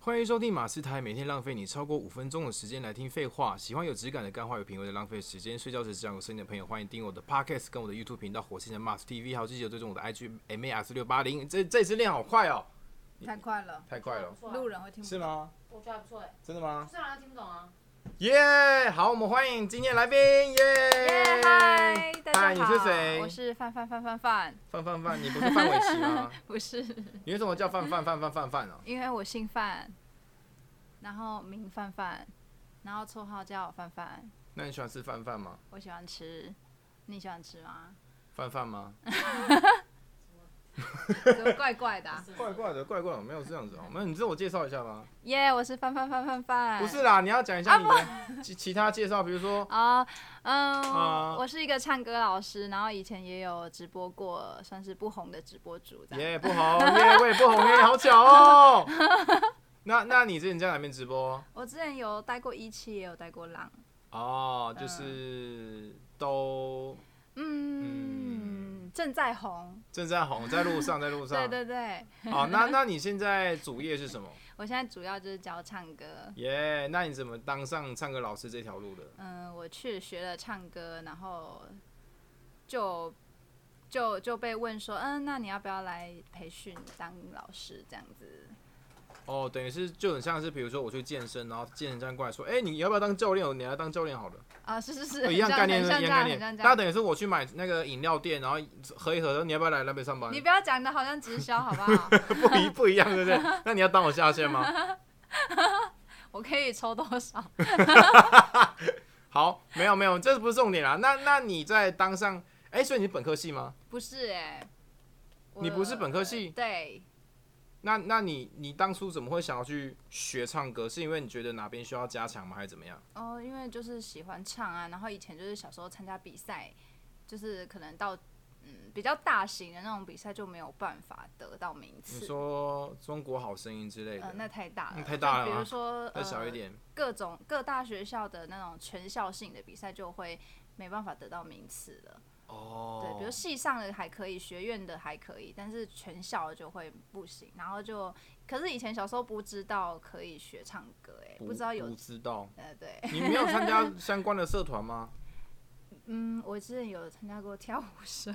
欢迎收听马斯台，每天浪费你超过五分钟的时间来听废话。喜欢有质感的干话，有品味的浪费时间。睡觉时只想有声音的朋友，欢迎订我的 podcast 跟我的 YouTube 频道火星人 Mars TV，还有记得追踪我的 IG M A S 六八零。这这次练好快哦，太快了，太快了，路人会听不是懂。吗？啊我觉得还不错哎，真的吗？虽然他听不懂啊，耶、好，我们欢迎今天来宾，耶、耶嗨，大家好，嗨你是谁我是范范范范范，范范范，你不是范玮琪 吗？不是，你为什么叫范范范范范范啊？因为我姓范，然后名范范，然后绰号叫我范范，那你喜欢吃范范吗？我喜欢吃。你喜欢吃吗？范范吗？怎么怪怪的啊、怪怪的，怪怪的，没有这样子哦、没有，你自我介绍一下吗？ 耶我是范范范范范。不是啦，你要讲一下你的其其他介绍，比如说啊，嗯，啊我是一个唱歌老师，然后以前也有直播过，算是不红的直播主这样。耶不红，耶我也不红，耶好巧 哦、那那你之前在哪边直播？我之前有待过一期，也有待过浪。哦，就是都嗯，正在红。正在红，在路上，在路上。对对对，好，那那你现在主业是什么？我现在主要就是教唱歌。耶、那你怎么当上唱歌老师这条路的？嗯，我去学了唱歌，然后就就就被问说，嗯，那你要不要来培训当老师这样子？哦，等于是就很像是，比如说我去健身，然后健身教练过来说，哎、你要不要当教练？你来当教练好了，啊，是是是，呃一样很概像念，很一像这样概样，很像念。这那样。等于是我去买那个饮料店，然后喝一喝，你要不要来那边上班你？不要讲的好像直销好不 好？不一不一样，对不对？ 那你要当我下线吗？我可以抽多少？好，没有没有，这不是重点啦。那那你在当上，哎、所以你是本科系吗？不是哎、我你不是本科系对，那那你你当初怎么会想要去学唱歌？是因为你觉得哪边需要加强吗？还是怎么样？哦，因为就是喜欢唱啊，然后以前就是小时候参加比赛，就是可能到嗯比较大型的那种比赛就没有办法得到名你次，说中国好声音之类的，呃，那太大了，嗯太大了就比吗如说再小一呃，点。各种各大学校的那种全校性的比赛就会没办法得到名次了。哦，对，比如系上的还可以，学院的还可以，但是全校就会不行。然后就，可是以前小时候不知道可以学唱歌、欸，哎，不知道有不，知道，呃，对，你没有参 加相关的社团吗？嗯，我之前有参加过跳舞社，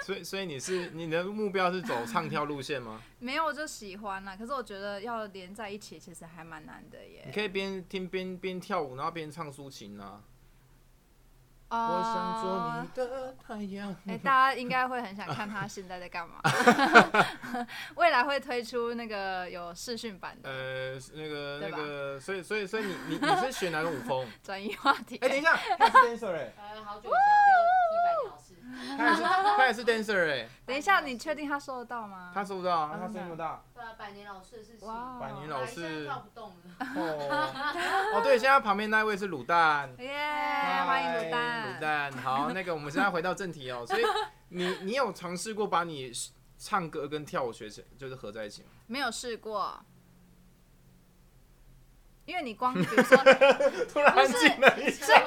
所以，所以你是你的目标是走唱跳路线 吗？没有就喜欢啦。可是我觉得要连在一起，其实还蛮难的你耶。可以边听边边跳舞，然后边唱抒情啊。我想做哦你，的太阳。哎、大家应该会很想看他现在在 干嘛。未来会推出那个有视讯版的呃，是那个那对吧个，所以所以所以你你你是学哪个舞风？转移话题。 哎、等一下，他是 dancer 哎、呃，好久以前没有踢 板老师，他也是他也是 dancer 哎、等一下，你确定他收得到吗？他收不到啊，真他的声音不大。对啊，百年老师的事情，哇，哦百年哪一下就跳不 动了，哦哦，对，现在旁边那位是卤 蛋，耶嗨哎欢迎卤蛋。卤蛋，好，那个我们现在回到正题哦，所以你你有尝试过把你唱歌跟跳舞学成，就是合在一起吗？没有试过，因为 你光比如说不突然安静 了一下，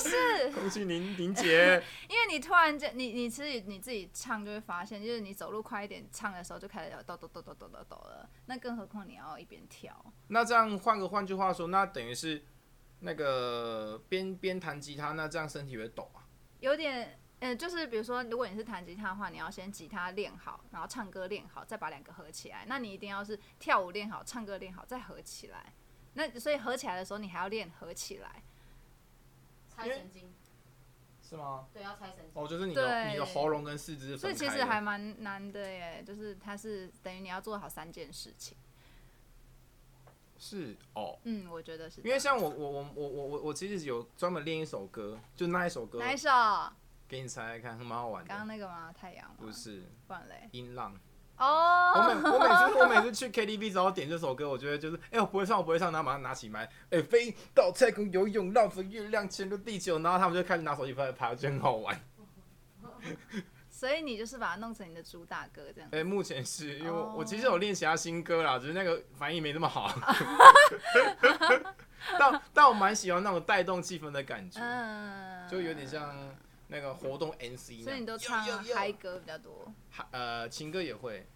是，恭喜林林杰， 因为你突然间你你自己你自己唱就会发现，就是你走路快一点唱的时候就开始有抖抖抖抖抖抖抖了，那更何况你要一边跳。那这样换个换句话说，那等于是那个边边弹吉他，那这样身体会抖啊。有点，呃，就是比如说，如果你是弹吉他的话，你要先吉他练好，然后唱歌练好，再把两个合起来。那你一定要是跳舞练好，唱歌练好，再合起来。那所以合起来的时候，你还要练合起来。猜神经，是吗？对，要猜神经，哦，就是你的对你的喉咙跟四肢所以分其开实还的。蛮难的耶，就是它是等于你要做好三件事情。是哦，嗯，我觉得是这因为样。像我我我我我我我其实有专门练一首歌，就那一首歌，哪一首？刚给你猜猜看，很蛮好玩刚的。那个吗？太阳吗？不，是不然嘞。音浪，哦、我每我每次我每次去 KTV 只要点这首歌，我觉得就是，哎、我不会唱，我不会唱，然后马上拿起麦，哎、飞到太空游泳，绕着月亮潜入地球，然后他们就开始拿手机拍拍，我觉得很好玩。所以你就是把它弄成你的主打歌这样。哎、目前是因为我,、哦我其实有练其他新歌啦，只是那个反应没那么 好。 但但我蛮喜欢那种带动气氛的感觉，嗯，就有点。像那个活动 NC 那样。所以你都唱有有有嗨歌比较多。嗨呃情歌也会，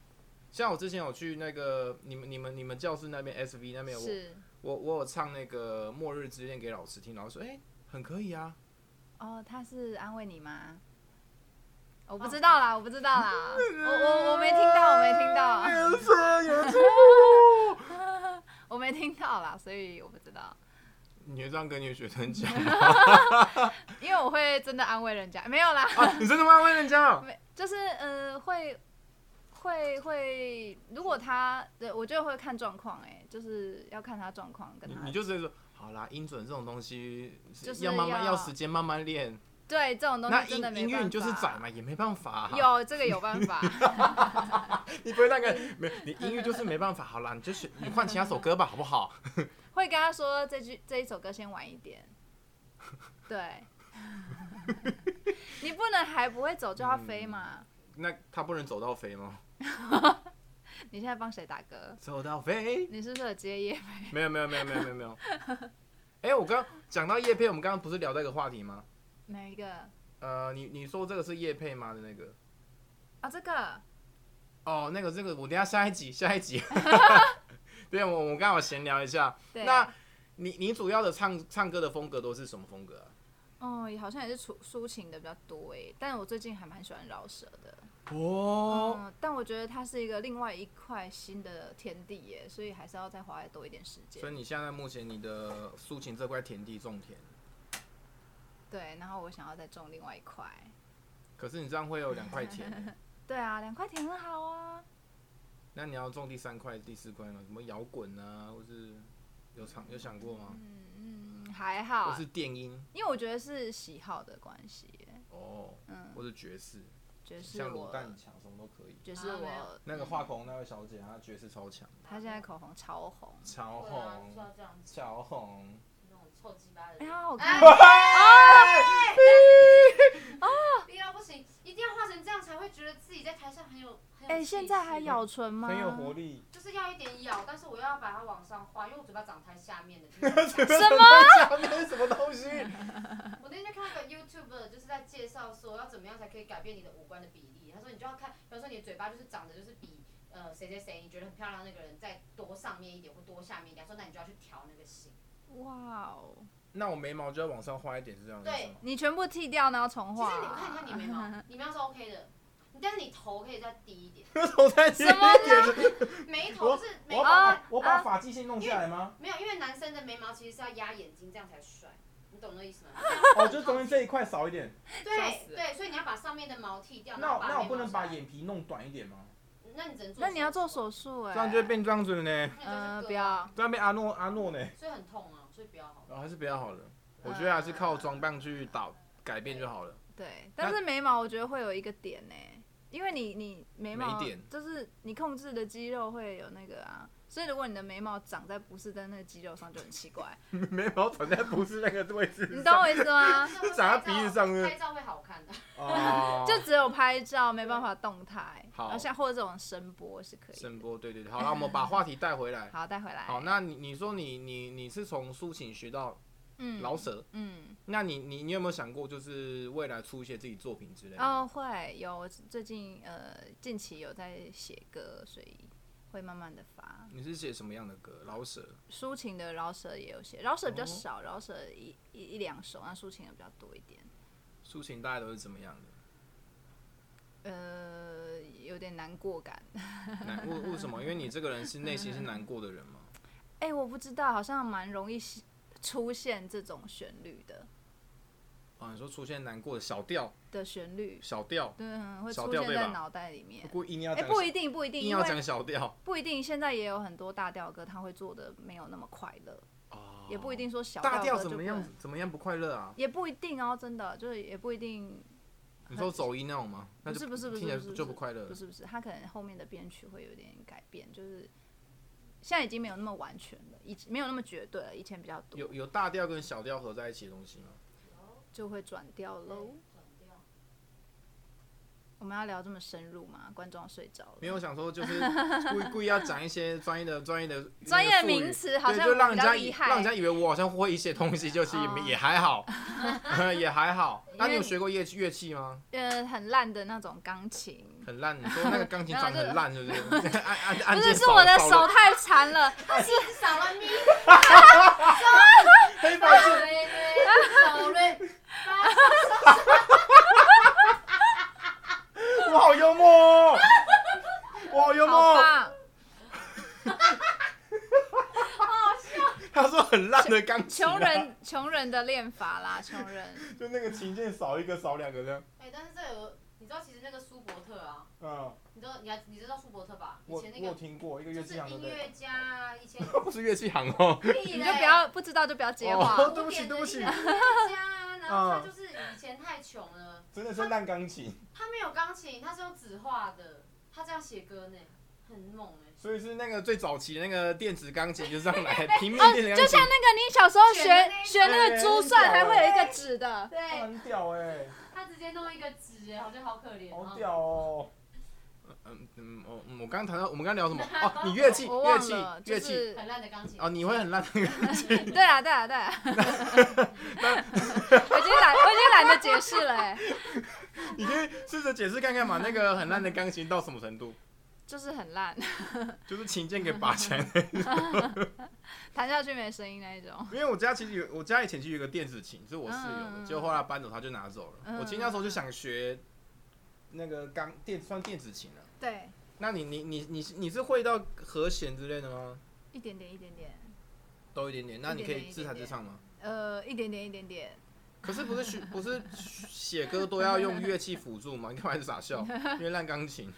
像我之前有去那个你们、你们、你们教室那边 SV 那边，我是我我有唱那个《末日之恋》给老师听，老师说，哎、很可以啊。哦，他是安慰你吗？我不知道啊啦，我不知道啦，我我我没听到，我没听到，颜色有错。我没听到啦，所以我不知道， 你会这样跟你的学生 讲因为我会真的安慰人家，没有啦，啊？你真的吗？问人家哦？没，就是呃，会会会，如果他，对我就会看状况，哎，就是要看他状况跟你他你就直接说，好啦，音准这种东西是就是要慢慢要要时间慢慢练。对这种东那西音真的没音乐办法。你就是窄嘛，也没办法、啊。有这个有办 法，你不会那个没你音乐就是没办法，好啦，你就选你换其他首歌吧，好不 好？会跟他说这句这一首歌先晚一 点，对， 你不能还不会走就要飞嘛。那他不能走到飞吗？嗯你现在帮谁打歌？走到飞？你是不是有接业？ 没有没有没有没有没有 没有。哎、我刚讲到叶配，我们刚刚不是聊到一个话题吗？哪一个呃，你你说这个是叶配吗的那个？啊？这个哦，那个这个，我等一下下一集下一 集。对，我我们刚好闲聊一下。对，那你你主要的唱唱歌的风格都是什么风格啊？哦，好像也是抒抒情的比较多哎，但我最近还蛮喜欢饶舌的。哦，嗯，但我觉得它是一个另外一块新的天地耶，所以还是要再花多一点时间所。以你现在目前你的抒情这块田地种田，对，然后我想要再种另外一块。可是你这样会有两块田 欸、对啊，两块田很好啊。那你要种第三块、第四块吗？什么摇滚啊，或是有想有想过吗？嗯嗯，还或好是，电音因为我觉得是喜好的关系耶，哦，嗯，或是爵士，爵士像我嗯卤，蛋强什么都可以。爵士啊没有我，那个画红那位小姐，她爵士超强，他现在口红超红，超对啊，就是要红，这样子，超红。那种臭鸡巴的哎，人，好好哎看，啊逼到不行，一定要画成这样才会觉得自己在台上很有很有哎，气现在还势咬唇吗？很有活力。就是要一点咬，但是我要把它往上画，因为我嘴巴长太下 面的。就是什么？下面什么东 西？我那天看到一个 YouTube 就是在介绍说要怎么样才可以改变你的五官的比例。他说你就要看，比方说你的嘴巴就是长得就是比呃谁谁谁你觉得很漂亮那个人再多上面一点或多下面一点，他说那你就要去调那个型。哇哦，那我眉毛就要往上画一点，是这样的意思吗？你全部剃掉然后重其画啊实你看你看你眉毛，你眉毛是 OK 的，但是你头可以再低一点， 头在低一点，眉头就是眉我毛啊太把我把发际线弄下来吗？没有，因为男生的眉毛其实是要压眼睛，这样才帅。你懂那 意思吗？啊哦，就中间这一块少一点。笑对死对，所以你要把上面的毛剃掉。然那后我把那我眉不毛能下把来，眼皮弄短一点吗？那你只能做。那你要做，手术哎，这样就会变这样子了呢，那你就是割啊呃不，要，这样变阿诺阿诺呢。所以很痛啊，所以不要好了。哦，还是比较好的。呃我觉得还是靠装扮去打改变就好了。对，但是眉毛我觉得会有一个点呢、因为你你眉毛没点就是你控制的肌肉会有那个啊，所以如果你的眉毛长在不是在那个肌肉上就很奇 怪，眉毛长在不是那个位置你懂我意思吗？但是会 长在拍照鼻子上面拍照会好看的。哦， 就只有拍照没办法动态，好然后像或者这种声波是可以的。声波，对对对。好了，我们把话题带回来。好，带回来。好，那你你说你你你是从抒情学到嗯，老舍，嗯，那你你你有没有想过，就是未来出一些自己作品之类的？哦，会有，我最近呃近期有在写歌，所以会慢慢的发。你是写什么样的歌？老舍抒情的饶舌也有写，饶舌比较哦少，饶舌一一一两首，啊那抒情的比较多一点。抒情大概都是怎么样 的？呃，有点难过感。难为为什么？因为你这个人是内心是难过的人嘛。哎、我不知道，好像蛮容易是出现这种旋律的啊，你说出现难过的小调的旋律，小调，对，嗯会小出调现对在吧脑袋里面。故意硬要哎、讲不一定，不一定，硬因要为讲小调不一定，现在也有很多大调歌，他会做的没有那么快乐，哦也不一定说小大调歌怎就么不样能？怎么样不快乐啊？也不一定哦，真的就是也不一定，你说走音那种吗？那不就是不是不是听起来不是就不快乐不。是不是，他可能后面的编曲会有点改变，就是现在已经没有那么完全了，以没有那么绝对了，以前比较多，有有大调跟小调合在一起的东西吗？就会转调喽。转掉我们们要聊这么深入吗？观众睡着了。没有想说就是 故意故意要讲一些专业的专 业的专业那个术语名词好对，像就让比人较家厉以害，哦让人家以为我好像会一些东西，就是也没、也还 好，也还好。那你因有为学过乐器乐器吗？呃很烂的那种钢琴。很烂，你说那个钢琴唱得很烂，是不是？ 按按按不键是，是扫我的扫手了太残了，少了咪，黑白键。瑞瑞，少瑞，我好幽默哦， 我好幽 好默。哦棒！他说很烂的钢琴、啊，穷人穷人的练法 啦，穷人。 就那个琴键少一个少两个这样。哎，但是这有，你知道其实那个舒伯特啊，嗯，你知道你还你知道舒伯特吧？以我前那我有个听过一个乐就是器行对音不对？乐家啊，以前 不是乐器行哦，你你就不要不知道就不要接话。 哦对不起对不起音乐家啊，然后他就是以前太穷了，真的是烂钢琴，他没有钢琴，他是用纸画的，他这样写歌呢，很猛哎。所以是那个最早期的那个电子钢琴，就是这样 来平面哦，电子就钢琴像，那个你小时候选的学学那一那个珠算，还会有一个纸的。哇对，很屌哎、他直接弄一个纸哎，好像好可怜好哦。屌哦。嗯嗯，我嗯我刚刚谈到，我们刚刚聊 什么？哦，你乐器，我乐忘器了，，乐就器。是很烂的钢琴哦，你会很烂 那个， 对啊对啊 对啊。我已经懒，我已经懒得解释了，哎，你可以试着解释看看嘛，那个很烂的钢琴到什么程度？就是很烂，就是琴键给拔起来弹下去没声音那一种。因为我家其实有，我家以前其实有个电子琴，是我室友嗯嗯的，嗯结果后来搬走，他就拿走了。嗯我其实那时候就想学那个钢电，算电子琴了。对，那你你你你是你是会到和弦之类的吗？一点点一点点，都一点点，那你可一点以点自弹自唱吗？呃，一点点一点点。可是不是学不是写歌都要用乐器辅助吗？ 你干嘛还是傻笑？因为烂钢 琴，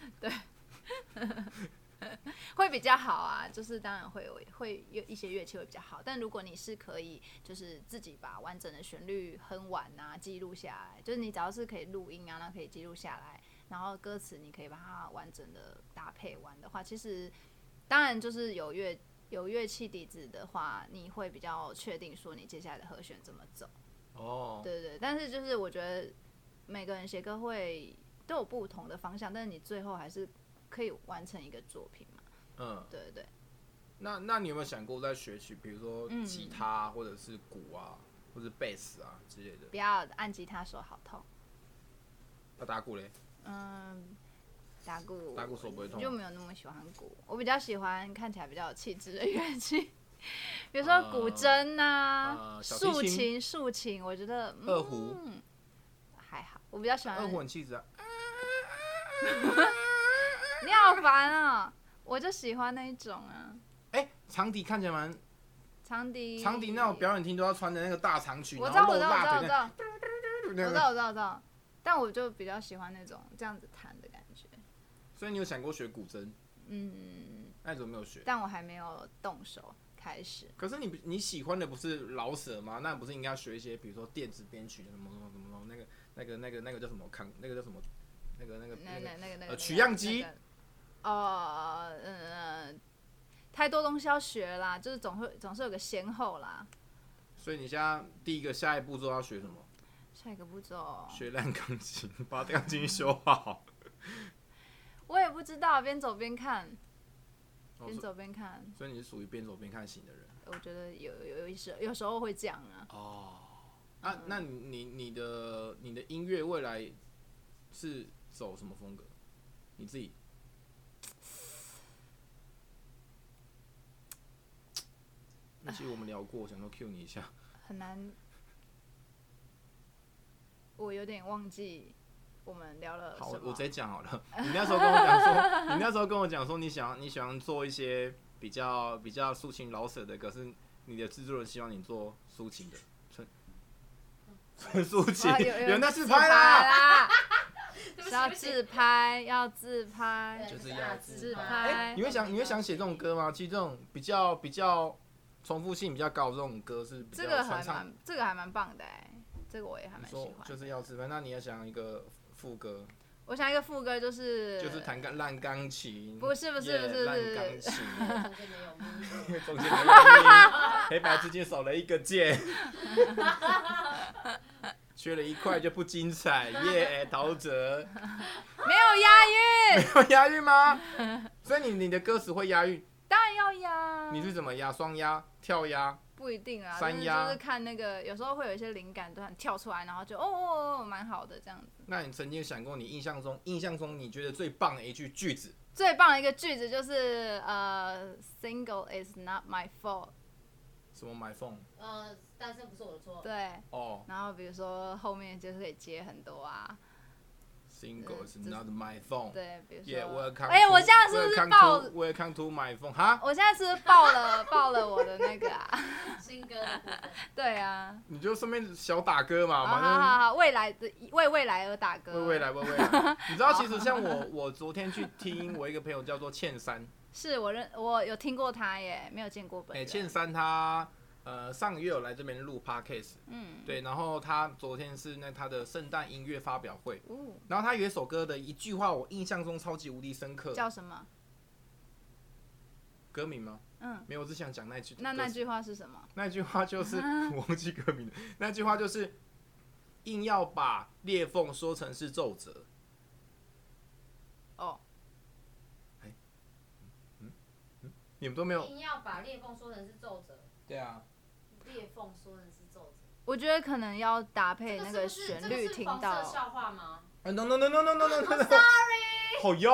会比较好啊，就是当然会有会有一些乐器会比较好，但如果你是可以就是自己把完整的旋律哼完啊，记录下来，就是你只要是可以录音啊，那可以记录下来，然后歌词你可以把它完整的搭配完的话，其实当然就是有乐有乐器底子的话，你会比较确定说你接下来的和弦怎么走，哦，对对对，但是就是我觉得每个人写歌会都有不同的方向，但是你最后还是可以完成一个作品嘛，嗯，对对对。那那你有没有想过在学曲，比如说嗯吉他或者是鼓啊，或者贝斯啊之类的？不要按吉他手好痛。那打鼓嘞？嗯，打鼓，打鼓手不会痛就没有那么喜欢鼓。我比较喜欢看起来比较有气质的乐 器，比如说古筝啊、呃小提竖琴琴、竖琴，我觉得二胡嗯，还好。我比较喜欢二胡很气质啊。你好烦啊！我就喜欢那一种啊，哎、长笛看起来蛮长笛，长笛那种表演厅都要穿的那个大长裙，我知然道，后我露知道，我知道，大我腿那知道，样我知道，我知道，我知道。但我就比较喜欢那种这样子弹的感觉，所以你有想过学古筝？嗯，那你怎么没有学？但我还没有动手开始。可是你不你喜欢的不是老舍吗？那不是应该学一些，比如说电子编曲什么什么什么什么那个那个那个那个叫什么康那个叫什么那个那个那那个那那个那呃个取样机。那个哦，嗯、呃，太多东西要学啦，就是总会总是有个先后啦。所以你现在第一个下一步骤要学什么？下一个步骤，学烂钢琴，把钢琴修好。 我也不知道，边走边看，哦边所走边看，所以你是属于边走边看型的人我觉得有有有一时有时候会这样啊。哦。啊，那你你你的你的音乐未来是走什么风格？你 自己那其实我们聊过，我想说 Q 你一下。很难，我有点忘记我们聊了好，呃什我么。哦我直接讲好了。你那时候跟我讲说，你那时候跟我讲说，你想你喜欢做一些比较比较抒情老舍的，可是你的制作人希望你做抒情的，纯 纯抒情哇，哦有有人家自自拍啦。啦，对不是起要对不起自拍，要自拍，对就是啊要自拍拍哎你会想你会想写这种歌吗？其实这种比较比较重复性比较高的这种歌是比这个较还传唱蛮。这个还蛮棒的哎、这个我也还你蛮喜说欢。就是要自拍，那你要想一个副歌，我想一个副歌就是就是弹钢烂钢琴，不是不是耶不是不烂是钢琴， 中中间没有咪间没有咪黑白之间少了一个键。缺了一块就不精彩，耶、陶 喆没有押韵，有押韵吗？所以你你的歌词会押韵，当然要押。你是怎么押？双押、跳押？不一定啊，三就是押就是看那个，有时候会有一些灵感突然跳出来，然后就哦哦哦，蛮好的这样子。那你曾经想过你印象中印象中你觉得最棒的一句句子？最棒的一个句子就是呃，single is not my fault。什么 my phone？呃，单身不是我的错。对，哦、然后比如说后面就是可以接很多啊， s i n g l e 嗯 is 这是 not my phone。对，比如说， Yeah, welcome. 哎、我这样是不是爆？ w e l c o m e to my phone？哈，我现在是不是爆了爆了我的那个啊？ 新歌的部分，对啊，你就顺便小打歌嘛，哦好反好正好好，未来的为未来而打歌，为未来，为 未来。你知道，其实像我，我昨天去听我一个朋友叫做倩 珊，是我认我有听过他耶，没有见过本哎、人。倩珊她呃上个月有来这边录 podcast，嗯，对，然后她昨天是那她的圣诞音乐发表会，哦，然后她有一首歌的一句话我印象中超级无敌深刻，叫什么？歌名吗？嗯，没有，我只想讲那句呃歌词。那那啊句话是什么？那句话就是 我忘记歌名了，那句话就是硬要把裂缝说成是皱褶。哦，哎嗯你 们都没哎有硬要把裂缝说成是皱褶，对啊，裂缝说成是皱褶。我觉得可能要搭配这那是不是旋这律是听黄色到。笑话吗？啊 no no no no no no no no sorry，好 哟，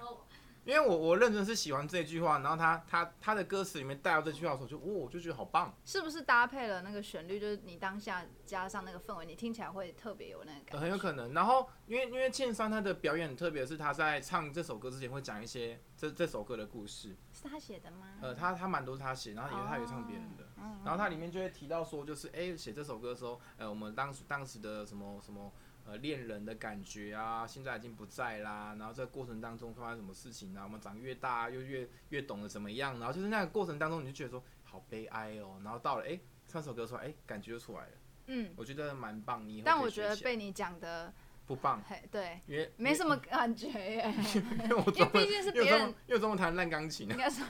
哦，因为我我认真是喜欢这句话，然后他他他的歌词里面带到这句话的时候就，哦，我就觉得好棒，是不是搭配了那个旋律，就是你当下加上那个氛围，你听起来会特别有那个感觉。呃很有可能。然后因为因为倩珊她的表演很特别，是她在唱这首歌之前会讲一些这这首歌的故事，是他写的吗？呃，她她蛮多是她写，然后也她也唱别人的。嗯，然后它里面就会提到说，就是哎，写、这首歌的时候，呃，我们当时当时的什么什么呃恋人的感觉啊，现在已经不在啦。然后这个过程当中发生什么事情啊？我们长越大又越越懂得怎么样。然后就是那个过程当中，你就觉得说好悲哀哦。然后到了哎，唱首歌出来，哎，感觉就出来了。嗯，我觉得蛮棒，你以后但可以我学觉得起来被你讲的，不棒，嘿，对，因为没什么感觉耶， 因为我因为专门毕竟是因为别我专人门，因为我专门弹烂钢琴应啊，该是，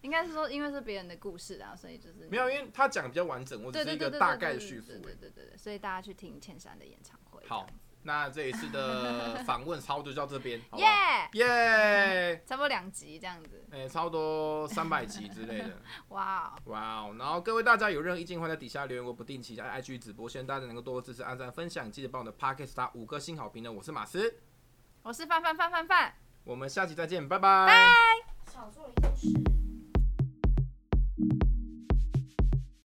应该是说，因为是别人的故事啊，所以就是没有，因为他讲比较完整，我只对是对一对个对大对概的对叙述对而已对。对对对，所以大家去听千山的演唱会。好，那这一次 的访问差不多就到这边，好不好？这样，耶，耶！差不多两集这样子，哎、差不多三百集之类的，哇哦，哇哦！然后各位大家有任何意见，欢迎在底下留言。我不定期在 IG 直播，希望大家能够多多支持、按赞、分享，记得帮我的 Podcast 打五颗星好评呢。我是马斯，我是范范范范范。我们下期再见，拜拜拜少做了一件事。